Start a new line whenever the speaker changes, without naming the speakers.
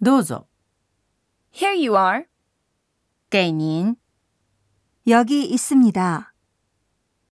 どうぞ。
Here you are.
给您。
여기 있습니다.